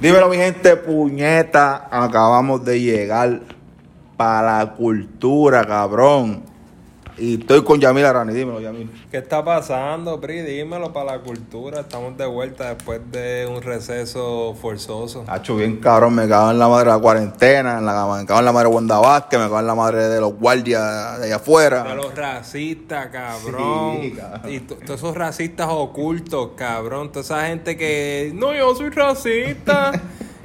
Dímelo, mi gente, puñeta. Acabamos de llegar para la cultura, cabrón. Y estoy con Yamil Arani. Dímelo, Yamil. ¿Qué está pasando, Pri? Dímelo para la cultura. Estamos de vuelta después de un receso forzoso. Hacho, bien cabrón. Me cago en la madre de la cuarentena. En la, me cago en la madre de Wanda Vázquez. Me cago en la madre de los guardias de allá afuera. De los racistas, cabrón. Ah, Sí, cabrón. Y to- todos esos racistas ocultos, cabrón. Toda esa gente que. No, yo soy racista.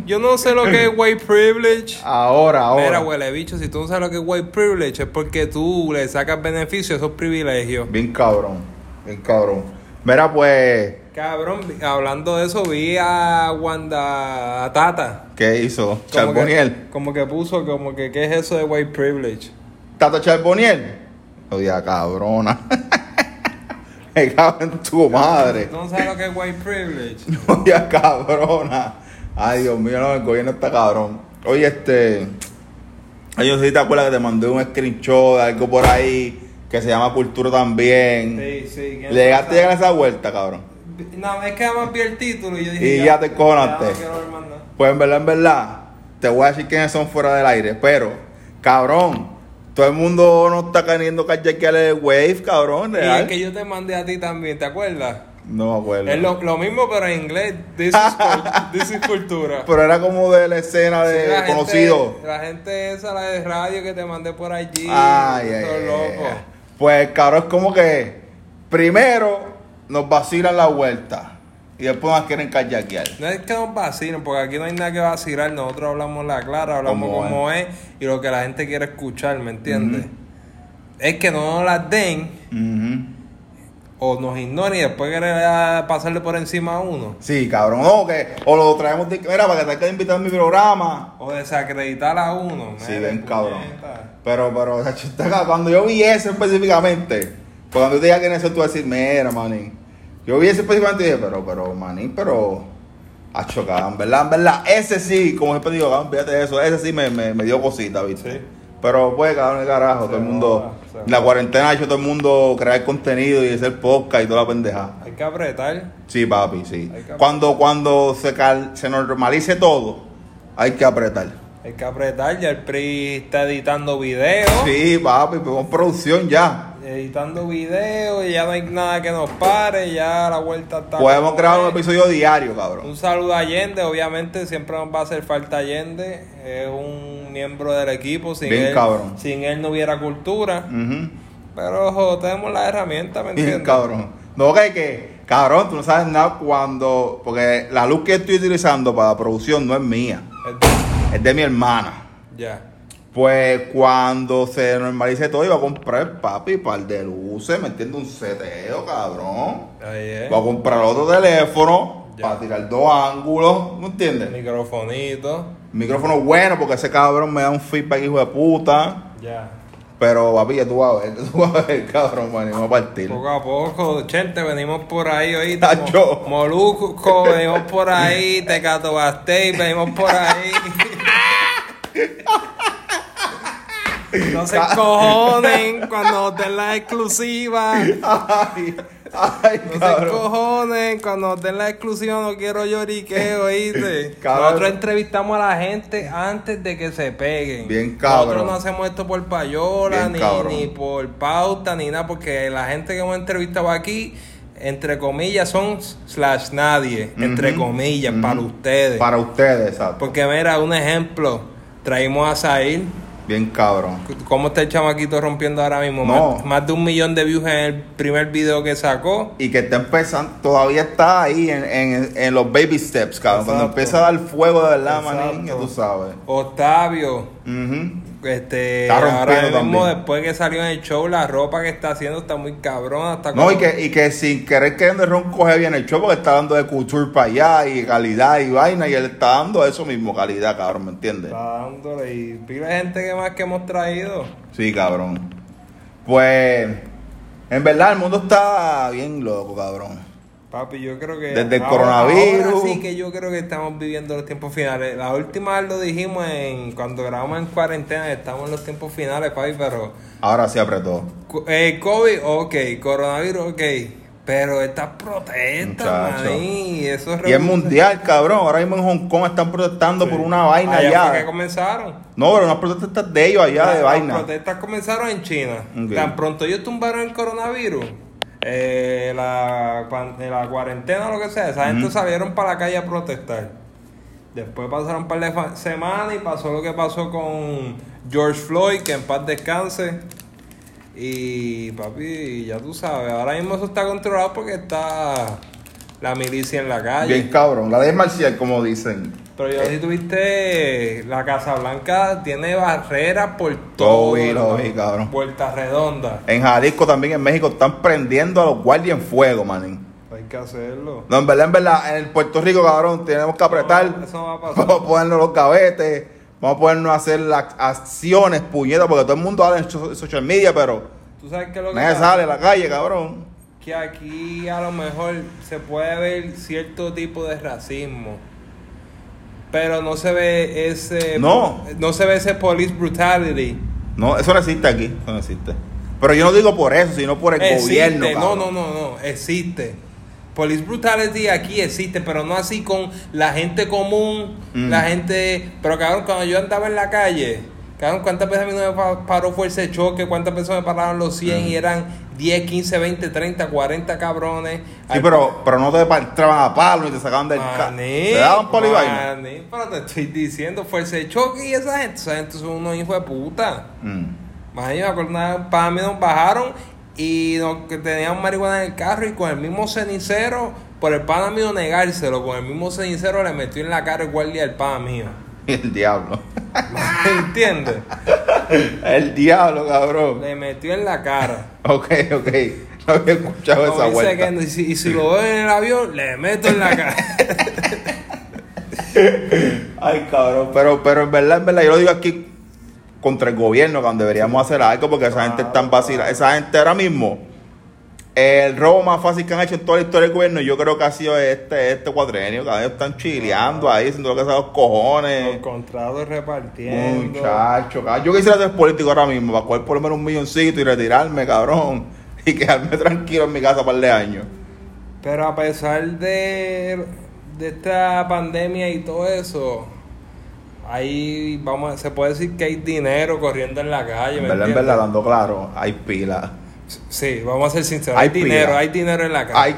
yo no sé lo que es white privilege. Ahora, ahora. Mira, huele bicho, si tú no sabes lo que es white privilege es porque tú le sacas beneficio a esos privilegios. Bien cabrón. Bien cabrón. Mira, pues, Cabrón, vi- hablando de eso, vi a Wanda a Tata. ¿qué hizo? Como Charboniel. que, como que puso, como que, ¿qué es eso de white privilege? Tato Charboniel. Odia, cabrona. me cago en tu madre. ¿No sabes lo que es white privilege? Oye, cabrona. Ay, Dios mío, no, el gobierno está cabrón. Oye, este. Ay, yo sí te acuerdas que te mandé un screenshot de algo por ahí que se llama Cultura también. Sí, sí. ¿qué Le llegaste a pasa? llegar a esa vuelta, cabrón. No, es que además vi el título y yo dije... Y ya te encojonaste. ya no quiero ver más nada. Pues en verdad, en verdad, te voy a decir quiénes son fuera del aire, pero, cabrón, todo el mundo no está queriendo cachequear el wave, cabrón. Y real. el que yo te mandé a ti también, ¿te acuerdas? No me acuerdo. Es lo, lo mismo, pero en inglés. This is, cult- this is cultura. Pero era como de la escena de Sí, la gente- Pues, conocido. la gente esa, la de radio que te mandé por allí. Ay, ay, esos ay, locos. ay. Pues cabrón, es como que primero nos vacilan la vuelta y después nos quieren callaquear. No es que nos vacilen, porque aquí no hay nada que vacilar. Nosotros hablamos la clara, hablamos Como como, es. y lo que la gente quiere escuchar, ¿me entiendes? Es que no nos las den Ujú. o nos ignoren y después quieren ah, pasarle por encima a uno. Sí, cabrón, no, que o lo traemos de mira para que te quede invitado a mi programa. O desacreditar a uno. Sí, mira, ven cabrón. puñeta. Pero, pero, chacho, está acá. cuando yo vi eso específicamente, pues cuando yo te diga que en eso tú vas a decir, mira, manín. Yo vi eso específicamente y dije, pero, pero, manín, pero. Ha chocado, ¿verdad? en ¿verdad? Ese sí, como siempre digo, cabrón, fíjate de eso, ese sí me, me, me dio cosita, ¿viste? Sí. Pero pues, cabrón, el carajo, Se todo el joda, mundo. se la joda. cuarentena ha hecho todo el mundo crear contenido y hacer podcast y toda la pendeja. Hay que apretar. Sí, papi, sí. Hay que- Cuando, cuando se, cal- se normalice todo, hay que apretar. Hay que apretar. Ya el PRI está editando videos. Sí, papi, pues con producción ya. Editando videos. y Ya no hay nada que nos pare. Ya la vuelta está. Podemos como grabar es. un episodio diario, cabrón. Un saludo a Allende, obviamente siempre nos va a hacer falta Allende, es un miembro del equipo, sin, Bien él, cabrón. sin él no hubiera cultura, Ujú. pero ojo, tenemos la herramienta, ¿me Bien, entiendes? cabrón. No, que, que, cabrón, tú no sabes nada cuando. Porque la luz que estoy utilizando para la producción no es mía, Este- es de mi hermana. Ya, Pues cuando se normalice todo, iba a comprar, papi, par de luces, ¿me entiendes? Un seteo, cabrón. ahí es. Voy a comprar otro teléfono Ya. para tirar dos ángulos, ¿me entiendes? Microfonito, Micrófono bueno, porque ese cabrón me da un feedback, hijo de puta. ya. Pero, papi, ya tú vas a ver, tú vas a ver, cabrón, man, y vamos a partir. Poco a poco, gente, venimos por ahí hoy. Ah, Tacho. Molusco, venimos por ahí, Tecato Gasteiz, venimos por ahí. No se cojonen cuando nos den las exclusivas. Ay, ay, No se cabrón. cojonen, cuando nos den la exclusiva no quiero lloriqueo, ¿oíste? Cabrón. Nosotros entrevistamos a la gente antes de que se peguen. Bien cabrón. Nosotros no hacemos esto por payola, Bien ni, cabrón. ni por pauta, ni nada, porque la gente que hemos entrevistado aquí, entre comillas, son slash nadie, entre comillas, para ustedes. Para ustedes, exacto. Porque mira, un ejemplo, traímos a Zahir, Bien cabrón. ¿cómo está el chamaquito rompiendo ahora mismo? No. Más, más de un millón de views en el primer video que sacó. Y que está empezando, todavía está ahí en, en, en los baby steps, cabrón. Cuando Exacto. empieza a dar fuego de verdad, manín, ya Exacto. tú sabes. Octavio, Ujú. este, Está ahora rompiendo mismo también. después que salió en el show, la ropa que está haciendo está muy cabrona. Está No, como- y que, y que sin querer queriendo el ron coge bien el show porque está dando de culture para allá y calidad y vaina y él está dando eso mismo, calidad, cabrón, ¿me entiendes? Está dándole y pila de gente que más que hemos traído. Sí, cabrón. Pues, en verdad, el mundo está bien loco, cabrón. Papi, yo creo que. Desde el ahora- coronavirus. ahora sí que yo creo que estamos viviendo los tiempos finales. La última vez lo dijimos en cuando grabamos en cuarentena, estamos en los tiempos finales, papi, pero. Ahora sí apretó. cu- eh, COVID, ok. Coronavirus, ok. Pero estas protestas, Muchacho. ahí, eso Y es mundial, cabrón. Ahora mismo en Hong Kong están protestando por una vaina allá. que comenzaron. No, pero unas protestas de ellos allá, de Las- Las vaina. protestas comenzaron en China. Ok. Tan pronto ellos tumbaron el coronavirus, eh, la, cuan- eh, la cuarentena o lo que sea, esa gente salieron para la calle a protestar. Después pasaron un par de fa- semanas y pasó lo que pasó con George Floyd, que en paz descanse. Y papi, ya tú sabes, ahora mismo eso está controlado porque está la milicia en la calle. Bien cabrón. La ley marcial, como dicen. Pero yo si tuviste Eh, la Casa Blanca tiene barreras por Todo todo. vi, lo hermano. vi, cabrón. Puerta redonda. En Jalisco también, en México, están prendiendo a los guardias en fuego, manín. Hay que hacerlo. No, en verdad, en verdad, en el Puerto Rico, cabrón, tenemos que apretar. Eso va a pasar. Vamos a ponernos los gavetes. Vamos a ponernos a hacer las acciones, puñetas, porque todo el mundo habla en so- social media, pero Tú sabes que lo que nadie pasa? sale a la calle, cabrón. que aquí a lo mejor se puede ver cierto tipo de racismo. Pero no se ve ese No. no se ve ese police brutality. No, eso no existe aquí, eso no existe. Pero yo no digo por eso, sino por el gobierno. No, cabrón. no, no, no, existe. Police brutality aquí existe, pero no así con la gente común, Mm. la gente... Pero cabrón, cuando yo andaba en la calle, cabrón, ¿cuántas veces a mí no me pa- paró fuerza de choque? ¿Cuántas personas me pararon los Mm. 100 y eran 10, 15, 20, 30, 40 cabrones? Sí, pero, pero no te pa- entraban a palo ni te sacaban del carro. Maní, Te daban palo y vaina. maní, pero te estoy diciendo fuerza de choque y esa gente, esa gente son unos hijos de puta. Mm. Más allá, me acuerdo una para mí nos bajaron y nos, que tenían marihuana en el carro y con el mismo cenicero, por el pana mío negárselo, con el mismo cenicero le metió en la cara el guardia del pana mío. Y el diablo. ¿Entiendes? El diablo, cabrón. Le metió en la cara. Ok, ok. No había escuchado Como esa dice vuelta. Kendo, y, si, y si lo veo en el avión, le meto en la cara. Ay, cabrón. Pero, pero en verdad, en verdad, yo lo digo aquí contra el gobierno, cuando deberíamos hacer algo, porque esa gente está vacila. Esa gente ahora mismo, el robo más fácil que han hecho en toda la historia del gobierno, yo creo que ha sido este, este cuadrenio, cada vez están chileando ahí, haciendo lo que sea los Los cojones. contratos repartiendo. Muchacho, cabrón. yo quisiera ser político ahora mismo, para coger por lo menos un milloncito y retirarme, cabrón. Y quedarme tranquilo en mi casa un par de años. Pero a pesar de, de esta pandemia y todo eso, ahí vamos, a- se puede decir que hay dinero corriendo en la calle. En ¿me verdad, en entiendes? verdad, dando claro, hay pila. Sí, vamos a ser sinceros. Hay Hay, dinero, pila. hay dinero en la calle. Hay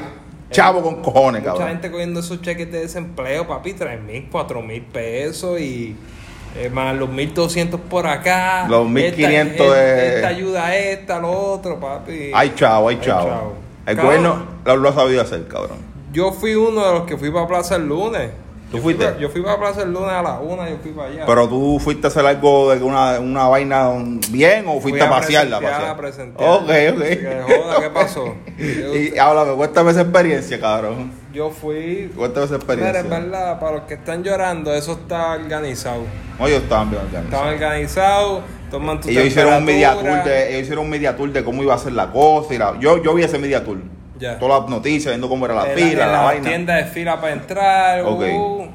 chavo con cojones, Mucha cabrón. gente cogiendo esos cheques de desempleo, papi, tres mil, cuatro mil pesos y eh, más los 1200 por acá. Los 1500 esta, de- Esta ayuda a esta, lo otro, papi. Ay, chavo, ay, Ay, chavo. chavo. El Cabrón. gobierno lo, lo ha sabido hacer, cabrón. Yo fui uno de los que fui para Plaza el lunes. ¿Tú Yo fui fuiste? pa- yo fui para Plaza el lunes a las una, yo fui para allá. Pero tú fuiste a hacer algo de una, una vaina un- bien o fuiste Fui a pasearla. pasear? presentear, a presentear. Ok, Que ok. joda, ¿qué pasó? Y háblame, cuéntame esa experiencia, cabrón. Yo fui. Cuéntame esa Mira, es experiencia. verdad, para los que están llorando, eso está organizado. No, ellos estaban bien organizados. Estaba organizado, toman tu Ellos hicieron un media temperatura. tour de, ellos hicieron un media tour de cómo iba a ser la cosa y la- yo, yo vi ese media tour. Ya. Todas las noticias, viendo cómo era la En fila, en la, vaina. tienda de fila para entrar. Ok. uh,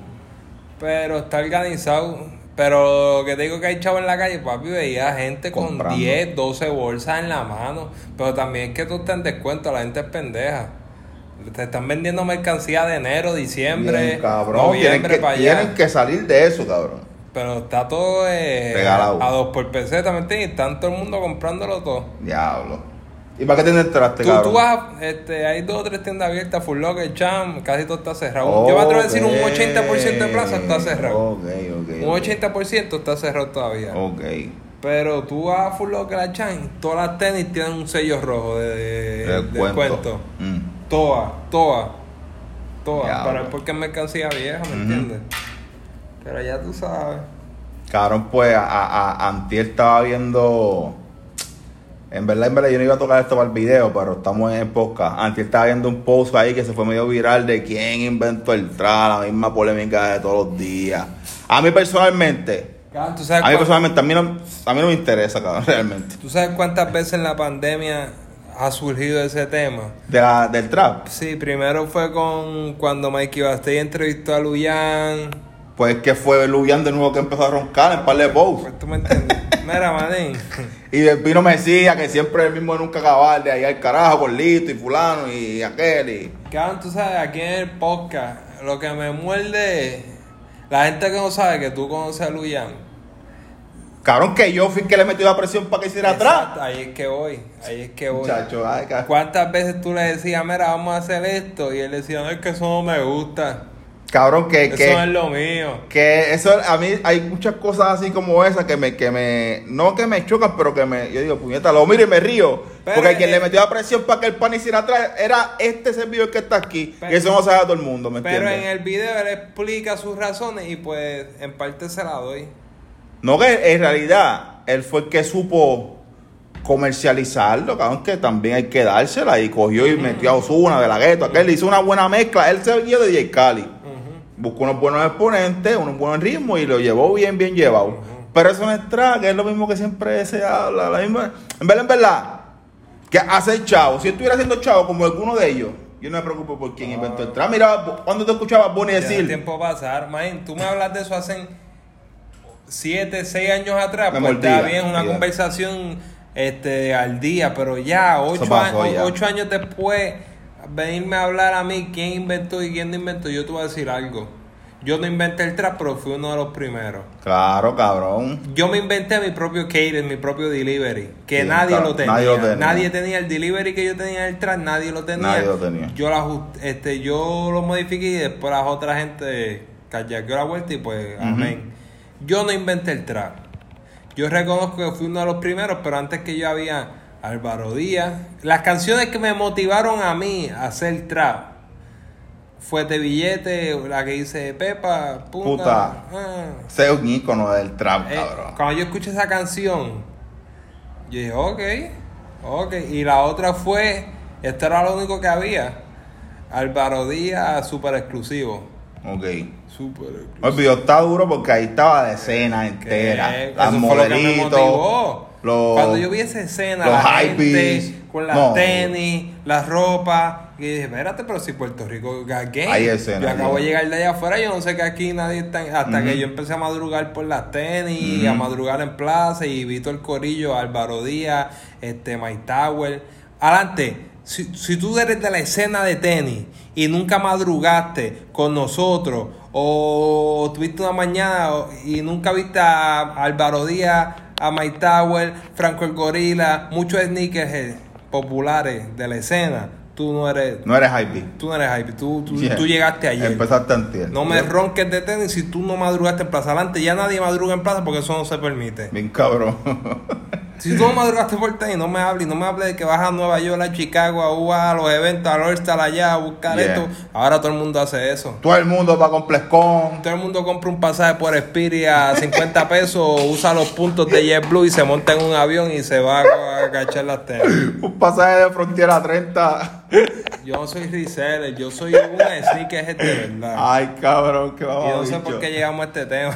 pero está organizado. Pero que te digo que hay chavos en la calle, papi, veía gente con Comprando. 10, 12 bolsas en la mano. Pero también es que tú estás en descuento, la gente es pendeja. Te están vendiendo mercancía de enero, diciembre, Bien, cabrón, tienen noviembre que, para allá. tienen que salir de eso, cabrón. Pero está todo eh, Regalado. a dos por peseta, ¿me entiendes? Y Están todo el mundo comprándolo todo. Diablo. ¿Y para qué te entraste, Tú, cabrón? tú vas, este, hay dos o tres tiendas abiertas, Full Locker, Cham, casi todo está cerrado. Raúl, Yo me atrevo a decir un 80% de plaza está cerrado. Ok, ok. Un 80% está cerrado todavía. Ok. Pero tú vas a Full Locker, a Cham, todas las tenis tienen un sello rojo de, de- de Descuento. descuento. Mm. Todas, todas, todas. Diablo. Pero es porque es mercancía vieja, ¿me entiendes? Pero ya tú sabes. Cabrón, pues, a, a, a- antier estaba viendo... En verdad, en verdad, yo no iba a tocar esto para el video, pero estamos en podcast. Antier estaba viendo un post ahí que se fue medio viral de quién inventó el tra, la misma polémica de todos los días. A mí personalmente, Cabrón, ¿tú a sabes mí cuán- personalmente, a mí no, a mí no me interesa, cabrón, realmente. ¿Tú sabes cuántas veces en la pandemia ha surgido ese tema? De la, del trap. Sí, primero fue con cuando Mikey Bastey entrevistó a Luyan. Pues que fue Luyan de nuevo que empezó a roncar en par de bows. Pues tú me entiendes. Mira, manín. Y el Pino me decía que siempre el mismo de nunca acabar, de ahí al carajo, Lito y fulano y aquel. Y... Cabrón, tú sabes, aquí en el podcast, lo que me muerde es la gente que no sabe que tú conoces a Luyan. Cabrón, que yo fui el que le metió la presión para que hiciera atrás. Exacto, Ahí es que voy, ahí es que voy. Muchacho, ay, ca- ¿Cuántas veces tú le decías, mira, vamos a hacer esto? Y él decía, no, es que eso no me gusta. cabrón, que, Eso que, no es lo mío. que eso a mí hay muchas cosas así como esas que me, que me, no que me chocan, pero que me, yo digo, puñeta, lo miro y me río. Pero, porque quien eh, le metió la presión para que el pan hiciera atrás era este servidor que está aquí. Pero- y eso no sabe a todo el mundo, ¿me Pero entiendes? en el video él explica sus razones y pues en parte se la doy. No que en realidad él fue el que supo comercializarlo, cabrón, que también hay que dársela. Y cogió y metió a Osuna de la gueto. Aquel le hizo una buena mezcla. Él se guió de J. Cali. Buscó unos buenos exponentes, unos buenos ritmos y lo llevó bien, bien llevado. Pero eso no es track, es lo mismo que siempre se habla. La misma... En verdad, en verdad, que hace el chavo. Si estuviera haciendo chavo como alguno de ellos, yo no me preocupo por quién inventó el track. Mira, cuando te escuchaba Bonnie Ya el decir, tiempo pasar, man, tú me hablas de eso hace 7, 6 años atrás, Me pues mordía, está bien, una mordía. conversación este al día, pero ya ocho pasó años, ya. ocho años después venirme a hablar a mí quién inventó y quién no inventó, yo te voy a decir algo. Yo no inventé el trap, pero fui uno de los primeros. claro, cabrón. Yo me inventé mi propio catering, mi propio delivery, que Sí, nadie, claro, lo tenía. nadie nadie lo tenía. tenía el delivery que yo tenía en el track, nadie lo tenía. Nadie lo tenía. Yo, la ajust- este, yo lo modifiqué y después la otra gente callaqueó la vuelta y pues, amén. Yo no inventé el track. Yo reconozco que fui uno de los primeros, pero antes que yo había Álvaro Díaz. Las canciones que me motivaron a mí a hacer trap fue de billete, la que dice Pepa, Puta. puta. ah. Ese es un ícono del trap, Eh, cabrón. cuando yo escuché esa canción, yo dije, ok, ok. Y la otra fue, esto era lo único que había. Álvaro Díaz, super exclusivo. Ok. Super exclusivo. El video está duro porque ahí estaba la escena entera. Que Las eso fue lo que me modelitos. motivó. Los, Cuando yo vi esa escena, los la hypebeast. gente con las No. tenis, las ropas, y dije, espérate, pero si Puerto Rico gagué. Hay escena, Yo acabo ¿no? de llegar de allá afuera, yo no sé que aquí nadie está. en- Hasta que Ujú. yo empecé a madrugar por las tenis, a Ujú. madrugar en plaza, y vi todo el corillo, Álvaro Díaz, este, Mike Tower. Adelante. Si, si tú eres de la escena de tenis y nunca madrugaste con nosotros o tuviste una mañana o- y nunca viste a Álvaro Díaz, a Mike Tower, Franco el Gorila, muchos sneakers populares de la escena, tú no eres No eres hype. Tú no eres hype, tú, tú, Yeah. tú llegaste ayer. Empezaste antier. No me ronques de tenis si tú no madrugaste en plaza. Adelante, ya nadie madruga en plaza porque eso no se permite. Bien cabrón. Si tú no madrugaste por tenis, no me hables. No me hables de que vas a Nueva York, a Chicago, a UA, a los eventos, a All-Star allá, a buscar Yeah. esto. Ahora todo el mundo hace eso. Todo el mundo va con Plescon. Todo el mundo compra un pasaje por Spirit a 50 pesos, usa los puntos de JetBlue y se monta en un avión y se va a agachar las tenis. Un pasaje de frontera 30. Yo no soy reseller, yo soy una sneakerhead de verdad. Ay, cabrón, qué Ah. Y vamos yo no sé por qué llegamos a este tema.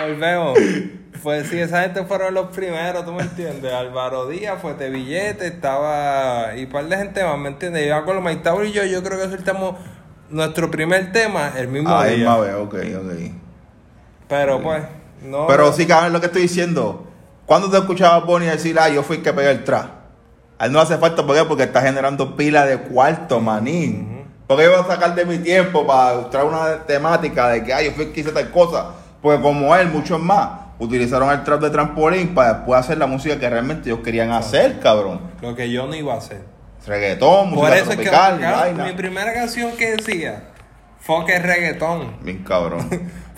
Volvemos. Pues sí, esa gente fueron los primeros, ¿tú me entiendes? Álvaro Díaz, Fuete Billete, estaba... Y un par de gente más, ¿me entiendes? Yo con los Mike Tower y yo, yo creo que soltamos nuestro primer tema el mismo Ah, Ahí día. más ve, ok, ok. Pero pues, no... Pero sí, cabrón, lo que estoy diciendo. Cuando te escuchaba Bonnie decir, ah, yo fui el que pegué el trap? A él no hace falta ¿por qué? porque está generando pila de cuarto, manín. Porque yo voy a sacar de mi tiempo para traer una temática de que, ah, yo fui el que hice tal cosa. Porque como él, muchos más utilizaron el trap de trampolín para después hacer la música que realmente ellos querían hacer, cabrón. Lo que yo no iba a hacer. Reggaetón, Por música eso es que tropical, claro, vaina. mi primera canción que decía, fuck el reggaetón. Bien cabrón.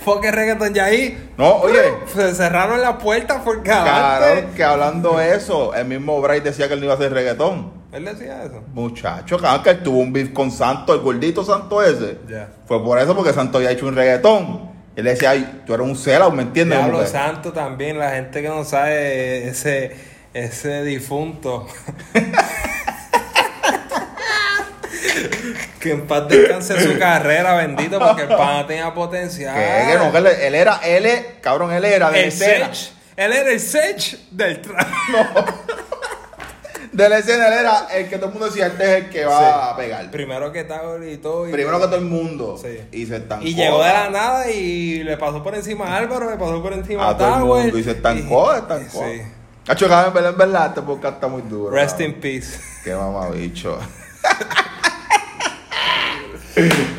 Fuck el reggaetón. Y ahí No, oye. se cerraron las puertas porque Cabrón, antes... que hablando de eso, el mismo Bryce decía que él no iba a hacer reggaetón. Él decía eso. Muchacho, cabrón, que él tuvo un beef con Santo, el gordito Santo ese. Ya. Fue por eso, porque Santo había hecho un reggaetón. Y él decía, Ay, tú eres un sellout, ¿me entiendes? Diablo Como que- Santo también, la gente que no sabe ese, ese difunto. que en paz descanse su carrera, bendito, porque el pana tenía potencial. que, que no, que él, él era, él, es- cabrón, él era de la el escena. Sech, él era el Sech del trap. de la escena él era el que todo el mundo decía, este es el que va Sí. a pegar. Primero que Tauro y todo. y- Primero que todo el mundo. Sí. Y se estancó. Y llegó de la nada y le pasó por encima a Álvaro, le pasó por encima a, a Ah, todo el Tower, mundo. Y se estancó, y- estancó. Sí. Ha chocado en verdad, en verdad, este podcast está muy duro. Rest mano. in peace. Qué mamabicho.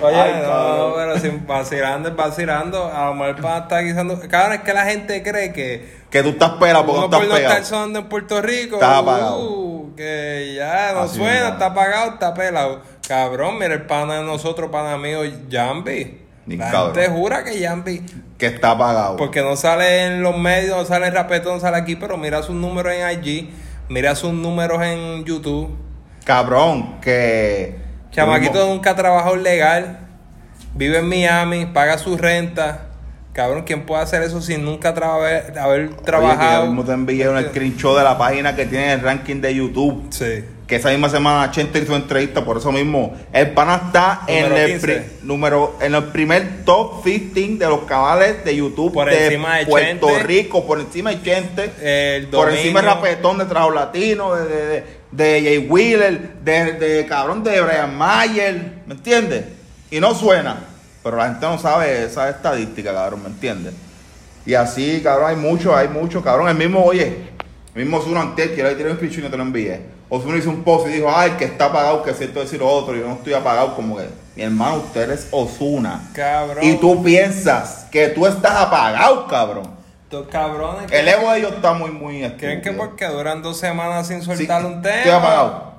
Oye, Ay, no, cabrón. pero sin vacilando, es vacilando. A lo mejor para estar guisando. Cabrón, es que la gente cree que Que tú estás pera porque uno no por estás no estar pegado. sonando en Puerto Rico, Estás apagado. uh, que ya no Así suena, mismo. está apagado, está pelado. Cabrón, mira el pana de nosotros, pana mío, Jambi. Ni La cabrón. gente jura que Jambi, Que está apagado. porque no sale en los medios, no sale en Rapetón, no sale aquí, pero mira sus números en IG, mira sus números en YouTube. Cabrón, que. Chamaquito nunca trabajó legal, vive en Miami, paga su renta. Cabrón, ¿quién puede hacer eso sin nunca traba- haber Trabajado. trabajado? Este- mismo te envié un screenshot de la página que tiene el ranking de YouTube. Sí. Que esa misma semana Chente hizo entrevista, por eso mismo. El pana está en, Número el 15. pri- número, en el primer top 15 de los canales de YouTube Por de encima de Puerto Chente. Rico, por encima de Chente. El Por dominio- encima de Rapetón, de Trajo Latino, de, de, de- de Jay Wheeler, de, de cabrón de Brian Mayer, ¿me entiendes? Y no suena, pero la gente no sabe esa estadística, cabrón, ¿me entiendes? Y así, cabrón, hay mucho, hay mucho, cabrón. El mismo, oye, el mismo Osuna antes, que yo le tiré un pinche y no te lo envié. Osuna hizo un post y dijo, ay, que está apagado, que es cierto decir lo otro, yo no estoy apagado, como que, mi hermano, usted es Osuna. Cabrón. Y tú piensas que tú estás apagado, cabrón. Estos cabrones El ego de ellos está muy, muy creen que estúpido. porque duran dos semanas sin Sí, soltar un tema. estoy apagado.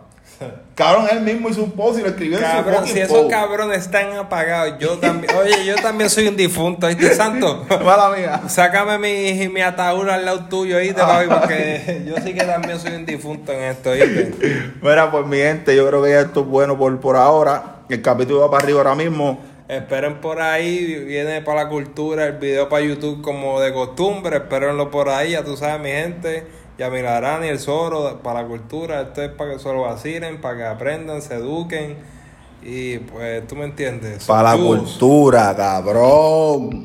Cabrón, él mismo hizo un post y lo escribió en su Cabrón, fucking si esos post. cabrones están apagados, yo también. Oye, yo también soy un difunto, ¿viste, santo? Mala mía. Sácame mi, mi ataúd al lado tuyo, ¿viste, papi? Porque yo sí que también soy un difunto en esto, ¿viste? Mira, pues mi gente, yo creo que ya esto es bueno por, por ahora. El capítulo va para arriba ahora mismo. Esperen por ahí, viene para la cultura el video para YouTube como de costumbre, espérenlo por ahí, ya tú sabes mi gente, Yamil Arani, el Zoro, para la cultura, esto es para que se lo vacilen, para que aprendan, se eduquen y pues tú me entiendes. Para la Juice. cultura, cabrón.